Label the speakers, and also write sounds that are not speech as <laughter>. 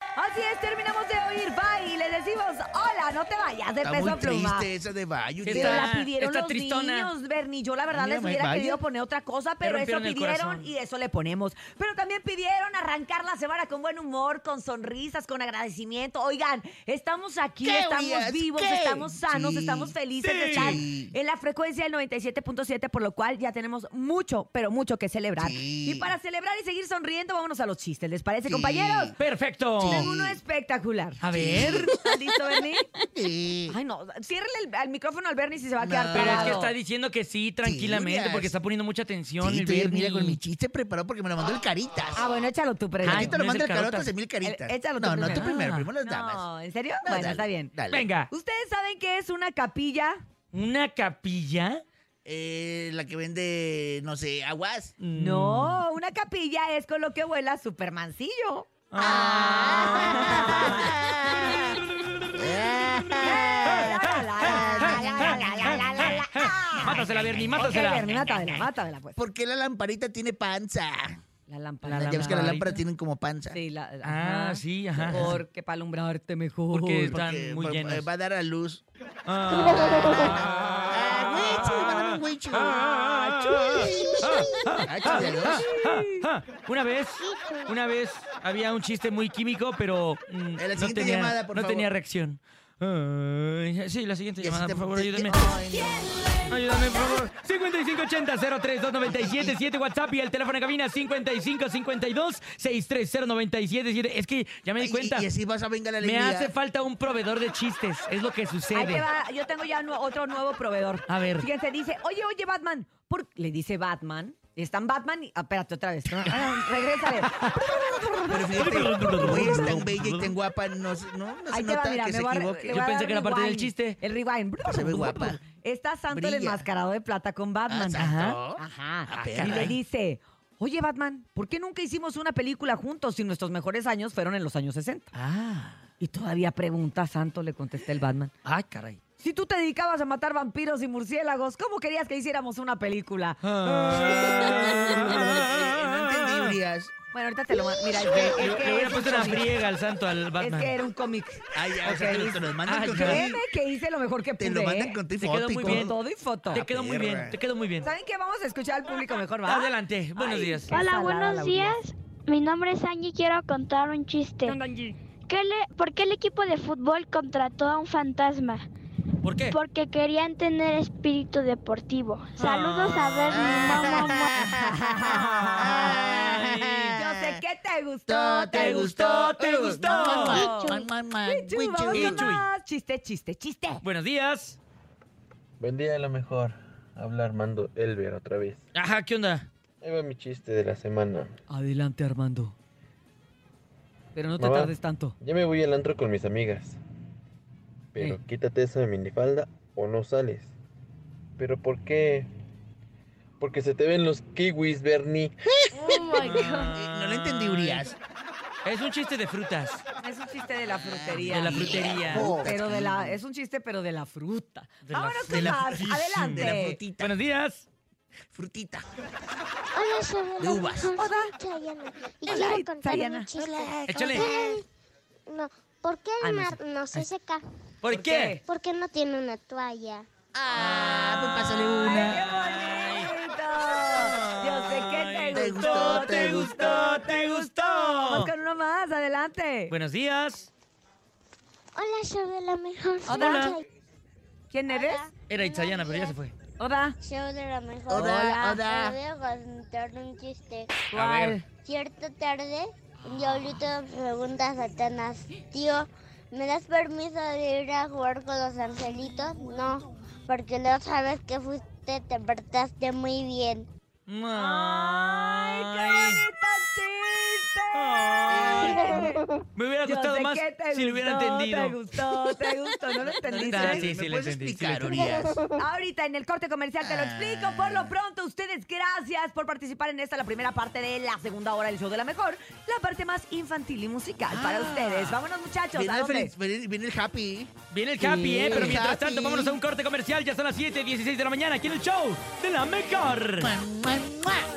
Speaker 1: Así es, terminamos de oír Bye y les decimos hola, no te vayas de
Speaker 2: Está
Speaker 1: peso
Speaker 2: muy
Speaker 1: a pluma.
Speaker 2: triste esa de Bayo.
Speaker 3: ¿Qué
Speaker 1: Pero
Speaker 2: Diana.
Speaker 1: la
Speaker 3: Está-
Speaker 1: pidieron
Speaker 3: está
Speaker 1: los
Speaker 3: tristona.
Speaker 1: niños, Bernie. Yo la verdad
Speaker 2: Mira,
Speaker 1: les
Speaker 2: me
Speaker 1: hubiera
Speaker 2: vaya.
Speaker 1: querido poner otra cosa, pero eso
Speaker 3: rompieron el
Speaker 1: pidieron
Speaker 3: corazón.
Speaker 1: y eso le ponemos. Pero también pidieron arrancar la semana con buen humor, con sonrisas, con agradecimiento. Oigan, estamos aquí,
Speaker 2: ¿Qué,
Speaker 1: estamos
Speaker 2: oías?
Speaker 1: vivos,
Speaker 2: ¿Qué?
Speaker 1: estamos sanos,
Speaker 2: Sí.
Speaker 1: estamos felices de
Speaker 3: Sí.
Speaker 1: estar
Speaker 2: Sí.
Speaker 1: en la frecuencia del 97.7, por lo cual ya tenemos mucho, pero mucho que celebrar.
Speaker 2: Sí.
Speaker 1: Y para celebrar y seguir sonriendo, vámonos a los chistes. ¿Les parece,
Speaker 2: Sí.
Speaker 1: compañeros?
Speaker 3: Perfecto.
Speaker 1: Tengo uno espectacular.
Speaker 3: A ver.
Speaker 1: ¿Estás listo, Bernie?
Speaker 2: Sí.
Speaker 1: Ay, no, ciérrele el, al micrófono al Bernie si se va a
Speaker 2: No.
Speaker 1: quedar
Speaker 3: Pero es que
Speaker 1: parado.
Speaker 3: está diciendo que sí, tranquilamente,
Speaker 2: Julias.
Speaker 3: porque está poniendo mucha atención.
Speaker 2: Sí,
Speaker 3: el
Speaker 2: estoy- mira,
Speaker 3: Bernie.
Speaker 2: con mi chiste preparado porque me lo mandó el Caritas.
Speaker 1: Ah, bueno, échalo tú, pero
Speaker 2: Aquí te
Speaker 3: no
Speaker 2: lo
Speaker 3: es
Speaker 2: manda
Speaker 3: el
Speaker 2: el Carotas
Speaker 3: Carotas.
Speaker 2: de mil Caritas.
Speaker 1: échalo tú
Speaker 2: no, no, tú
Speaker 1: primero.
Speaker 2: primero, primero las
Speaker 1: No,
Speaker 2: damas.
Speaker 1: ¿en serio?
Speaker 2: No,
Speaker 1: bueno,
Speaker 2: dale,
Speaker 1: está bien.
Speaker 2: dale.
Speaker 3: Venga,
Speaker 1: ¿Ustedes saben qué es una capilla?
Speaker 3: ¿una capilla?
Speaker 2: Eh, la que vende, no sé, aguas.
Speaker 3: <laughs>
Speaker 1: No, una capilla es con lo que vuela Supermancillo.
Speaker 3: Mátasela, Bernie, mátasela.
Speaker 1: Ok, Bernie, mátamela, mátamela, pues.
Speaker 2: ¿Por qué la lamparita tiene panza?
Speaker 1: La lámpara.
Speaker 2: ya ves que las
Speaker 3: lamparita.
Speaker 2: lámparas tienen como panza.
Speaker 1: Sí, la,
Speaker 3: Ah, sí, ajá.
Speaker 1: Porque para alumbrarte mejor.
Speaker 3: Porque
Speaker 2: Porque,
Speaker 3: están muy
Speaker 2: por-
Speaker 3: llenos.
Speaker 2: eh, va a dar a luz.
Speaker 3: Ah.
Speaker 2: Ah, güey, sí, va a dar un güey, sí. Ah, sí. Ah, chingados.
Speaker 3: Ah, una vez, una vez había un chiste muy químico, pero mm,
Speaker 2: Eh, la
Speaker 3: no,
Speaker 2: siguiente
Speaker 3: tenía,
Speaker 2: llamada, por
Speaker 3: no
Speaker 2: favor.
Speaker 3: tenía reacción. Ay, sí, la siguiente
Speaker 2: Ya
Speaker 3: llamada,
Speaker 2: se te-
Speaker 3: por favor,
Speaker 2: Este te-
Speaker 3: ayúdenme.
Speaker 2: Ay, no.
Speaker 3: Ayúdame, por favor. 5580-032977, WhatsApp y el teléfono en cabina 5552-630977. Es que ya me di
Speaker 2: Y-
Speaker 3: cuenta.
Speaker 2: Y, así vas a vengar la
Speaker 3: Me
Speaker 2: alegría.
Speaker 3: hace falta un proveedor de chistes. Es lo que
Speaker 1: Ahí te
Speaker 3: sucede.
Speaker 1: va, yo tengo ya nu- otro nuevo proveedor.
Speaker 3: A ver.
Speaker 1: Fíjense, dice, oye, oye, Batman. ¿por qué?" Le dice Batman. Están Batman y... ah, espérate, otra vez. Ah, ah,
Speaker 3: <laughs>
Speaker 1: regrésale.
Speaker 2: Pero fíjate, güey, es tan bella y tan guapa, no, se- no, no se
Speaker 1: Ahí te va,
Speaker 2: nota
Speaker 1: mira,
Speaker 2: que
Speaker 1: me
Speaker 2: se
Speaker 1: voy a re-
Speaker 2: equivoque.
Speaker 1: le voy
Speaker 3: Yo
Speaker 1: a
Speaker 3: pensé
Speaker 1: dar
Speaker 3: que era parte del
Speaker 1: rewind.
Speaker 3: chiste.
Speaker 1: El rewind.
Speaker 2: Se ve guapa.
Speaker 1: Está santo el
Speaker 2: Brilla.
Speaker 1: enmascarado de plata con Batman.
Speaker 2: Ah, santo.
Speaker 1: Ajá.
Speaker 2: Ah,
Speaker 1: Ajá. Y le
Speaker 2: caray.
Speaker 1: dice, oye, Batman, ¿por qué nunca hicimos una película juntos si nuestros mejores años fueron en los años 60?
Speaker 3: Ah,
Speaker 1: Y todavía pregunta santo, le contesta el Batman.
Speaker 3: ay, caray.
Speaker 1: Si tú te dedicabas a matar vampiros y murciélagos, ¿cómo querías que hiciéramos una película?
Speaker 3: Ah.
Speaker 2: No entendí, Urias.
Speaker 1: Bueno, ahorita te lo mando. Mira, es que, es
Speaker 3: Yo-
Speaker 1: que
Speaker 3: Le hubiera
Speaker 1: es
Speaker 3: puesto
Speaker 1: un
Speaker 3: una
Speaker 1: cómic.
Speaker 3: friega al santo, al
Speaker 1: Es
Speaker 3: Batman.
Speaker 1: que era un cómic.
Speaker 2: Ay, ya, o sea,
Speaker 1: Ok.
Speaker 2: te lo, te lo mandan
Speaker 3: Ah,
Speaker 2: con
Speaker 3: ya.
Speaker 1: Créeme que hice lo mejor que pude.
Speaker 2: Te lo
Speaker 1: ¿eh?
Speaker 2: mandan con tu
Speaker 3: Te quedó
Speaker 2: foto y
Speaker 3: muy
Speaker 2: todo.
Speaker 3: bien.
Speaker 1: Todo y foto.
Speaker 3: Te quedó muy bien,
Speaker 2: perra.
Speaker 3: te quedó muy bien.
Speaker 1: ¿Saben qué? Vamos a escuchar al público mejor, ¿va?
Speaker 3: Adelante, buenos
Speaker 1: Ay,
Speaker 3: días.
Speaker 1: qué
Speaker 4: Hola,
Speaker 1: salada la
Speaker 4: buenos
Speaker 1: audiencia.
Speaker 4: días. Mi nombre es Angie y quiero contar un chiste. ¿Qué le- ¿Por qué el equipo de fútbol contrató a un fantasma?
Speaker 3: ¿Por qué?
Speaker 4: Porque querían tener espíritu deportivo. Saludos a
Speaker 1: Ah.
Speaker 4: Bernie. Mua, mua, mua.
Speaker 3: Ay.
Speaker 1: <laughs> Yo sé que te
Speaker 2: Todo
Speaker 1: gustó,
Speaker 2: te gustó, te gustó.
Speaker 1: Man, Uy, chu, vamos
Speaker 3: Uy,
Speaker 1: con
Speaker 3: chu.
Speaker 1: más. Chiste, chiste, chiste.
Speaker 3: Buenos días.
Speaker 5: Buen día, a lo mejor. Habla Armando Elber otra vez.
Speaker 3: Ajá, ¿qué onda?
Speaker 5: Ahí va mi chiste de la semana.
Speaker 1: Adelante, Armando. Pero no
Speaker 5: te Mamá. tardes
Speaker 1: tanto.
Speaker 5: Ya me voy al antro con mis amigas. Pero
Speaker 3: Eh.
Speaker 5: quítate esa minifalda o no sales. ¿Pero por qué? Porque se te ven los kiwis, Bernie.
Speaker 2: Eh, No lo entendí, Urias.
Speaker 3: Es un chiste de frutas.
Speaker 1: Es un chiste de la frutería.
Speaker 3: Ah, De la frutería.
Speaker 2: Oh.
Speaker 1: Pero de la, es un chiste, pero de la fruta.
Speaker 3: De la-
Speaker 1: Vámonos
Speaker 2: de
Speaker 1: con
Speaker 2: la
Speaker 1: más.
Speaker 2: frutísima.
Speaker 1: Adelante.
Speaker 2: De la frutita.
Speaker 3: Buenos días.
Speaker 2: Frutita.
Speaker 6: Hola, soy
Speaker 2: De uvas.
Speaker 6: Soy
Speaker 1: Hola.
Speaker 6: Chayana. Y
Speaker 1: Hola,
Speaker 6: quiero contar
Speaker 1: Chayana.
Speaker 6: un chiste.
Speaker 3: Échale.
Speaker 6: No, ¿por qué
Speaker 1: Ah,
Speaker 6: el
Speaker 1: no,
Speaker 6: mar no se seca?
Speaker 1: ¿Por
Speaker 3: ¿Por, qué?
Speaker 1: qué?
Speaker 6: Porque no tiene una toalla.
Speaker 2: Ah, pues pásale
Speaker 1: ¡Ay, qué bonito! Yo sé que te,
Speaker 2: Te
Speaker 1: gustó,
Speaker 2: gustó, te
Speaker 3: gustó, te
Speaker 1: Vamos
Speaker 3: gustó.
Speaker 1: con uno más, adelante.
Speaker 3: Buenos días.
Speaker 6: Hola, soy la mejor. Soy
Speaker 1: Hola.
Speaker 6: Chay-
Speaker 1: ¿Quién eres?
Speaker 3: Era Itzayana, pero ya se fue.
Speaker 1: Hola.
Speaker 6: Soy de la mejor.
Speaker 2: Hola,
Speaker 6: Te
Speaker 2: hola.
Speaker 6: voy a contar un chiste.
Speaker 3: A ver.
Speaker 6: Cierta tarde, un diablito pregunta a Satanás, tío, ¿me das permiso de ir a jugar con los angelitos? No, porque no sabes que fuiste, te portaste muy bien.
Speaker 1: ¡Ay, qué bonito chiste!
Speaker 3: Ay. Me hubiera
Speaker 1: Yo
Speaker 3: gustado
Speaker 1: sé
Speaker 3: más
Speaker 1: que te
Speaker 3: si lo hubiera
Speaker 1: gustó,
Speaker 3: entendido.
Speaker 1: Te gustó, te gustó, no lo entendiste.
Speaker 3: Ah, sí, sí,
Speaker 2: ¿Me
Speaker 3: le
Speaker 2: puedes
Speaker 3: entendí, sí, le
Speaker 2: explicar,
Speaker 3: entendí.
Speaker 2: Urias?
Speaker 1: <laughs> Ahorita en el corte comercial te lo explico. Por
Speaker 2: Ah.
Speaker 1: lo pronto, ustedes, gracias por participar en esta, la primera parte de la segunda hora del show de la mejor, la parte más infantil y musical para ustedes. Vámonos, muchachos.
Speaker 2: Ah. Viene
Speaker 1: ¿a
Speaker 2: el
Speaker 1: dónde?
Speaker 2: feliz, viene, viene el happy.
Speaker 3: Viene el Capi, ¿eh? Pero
Speaker 2: El
Speaker 3: mientras tanto,
Speaker 2: Capi.
Speaker 3: vámonos a un corte comercial. Ya son las 7, 16 de la mañana aquí en el show de la mejor.
Speaker 2: Mua, mua, mua.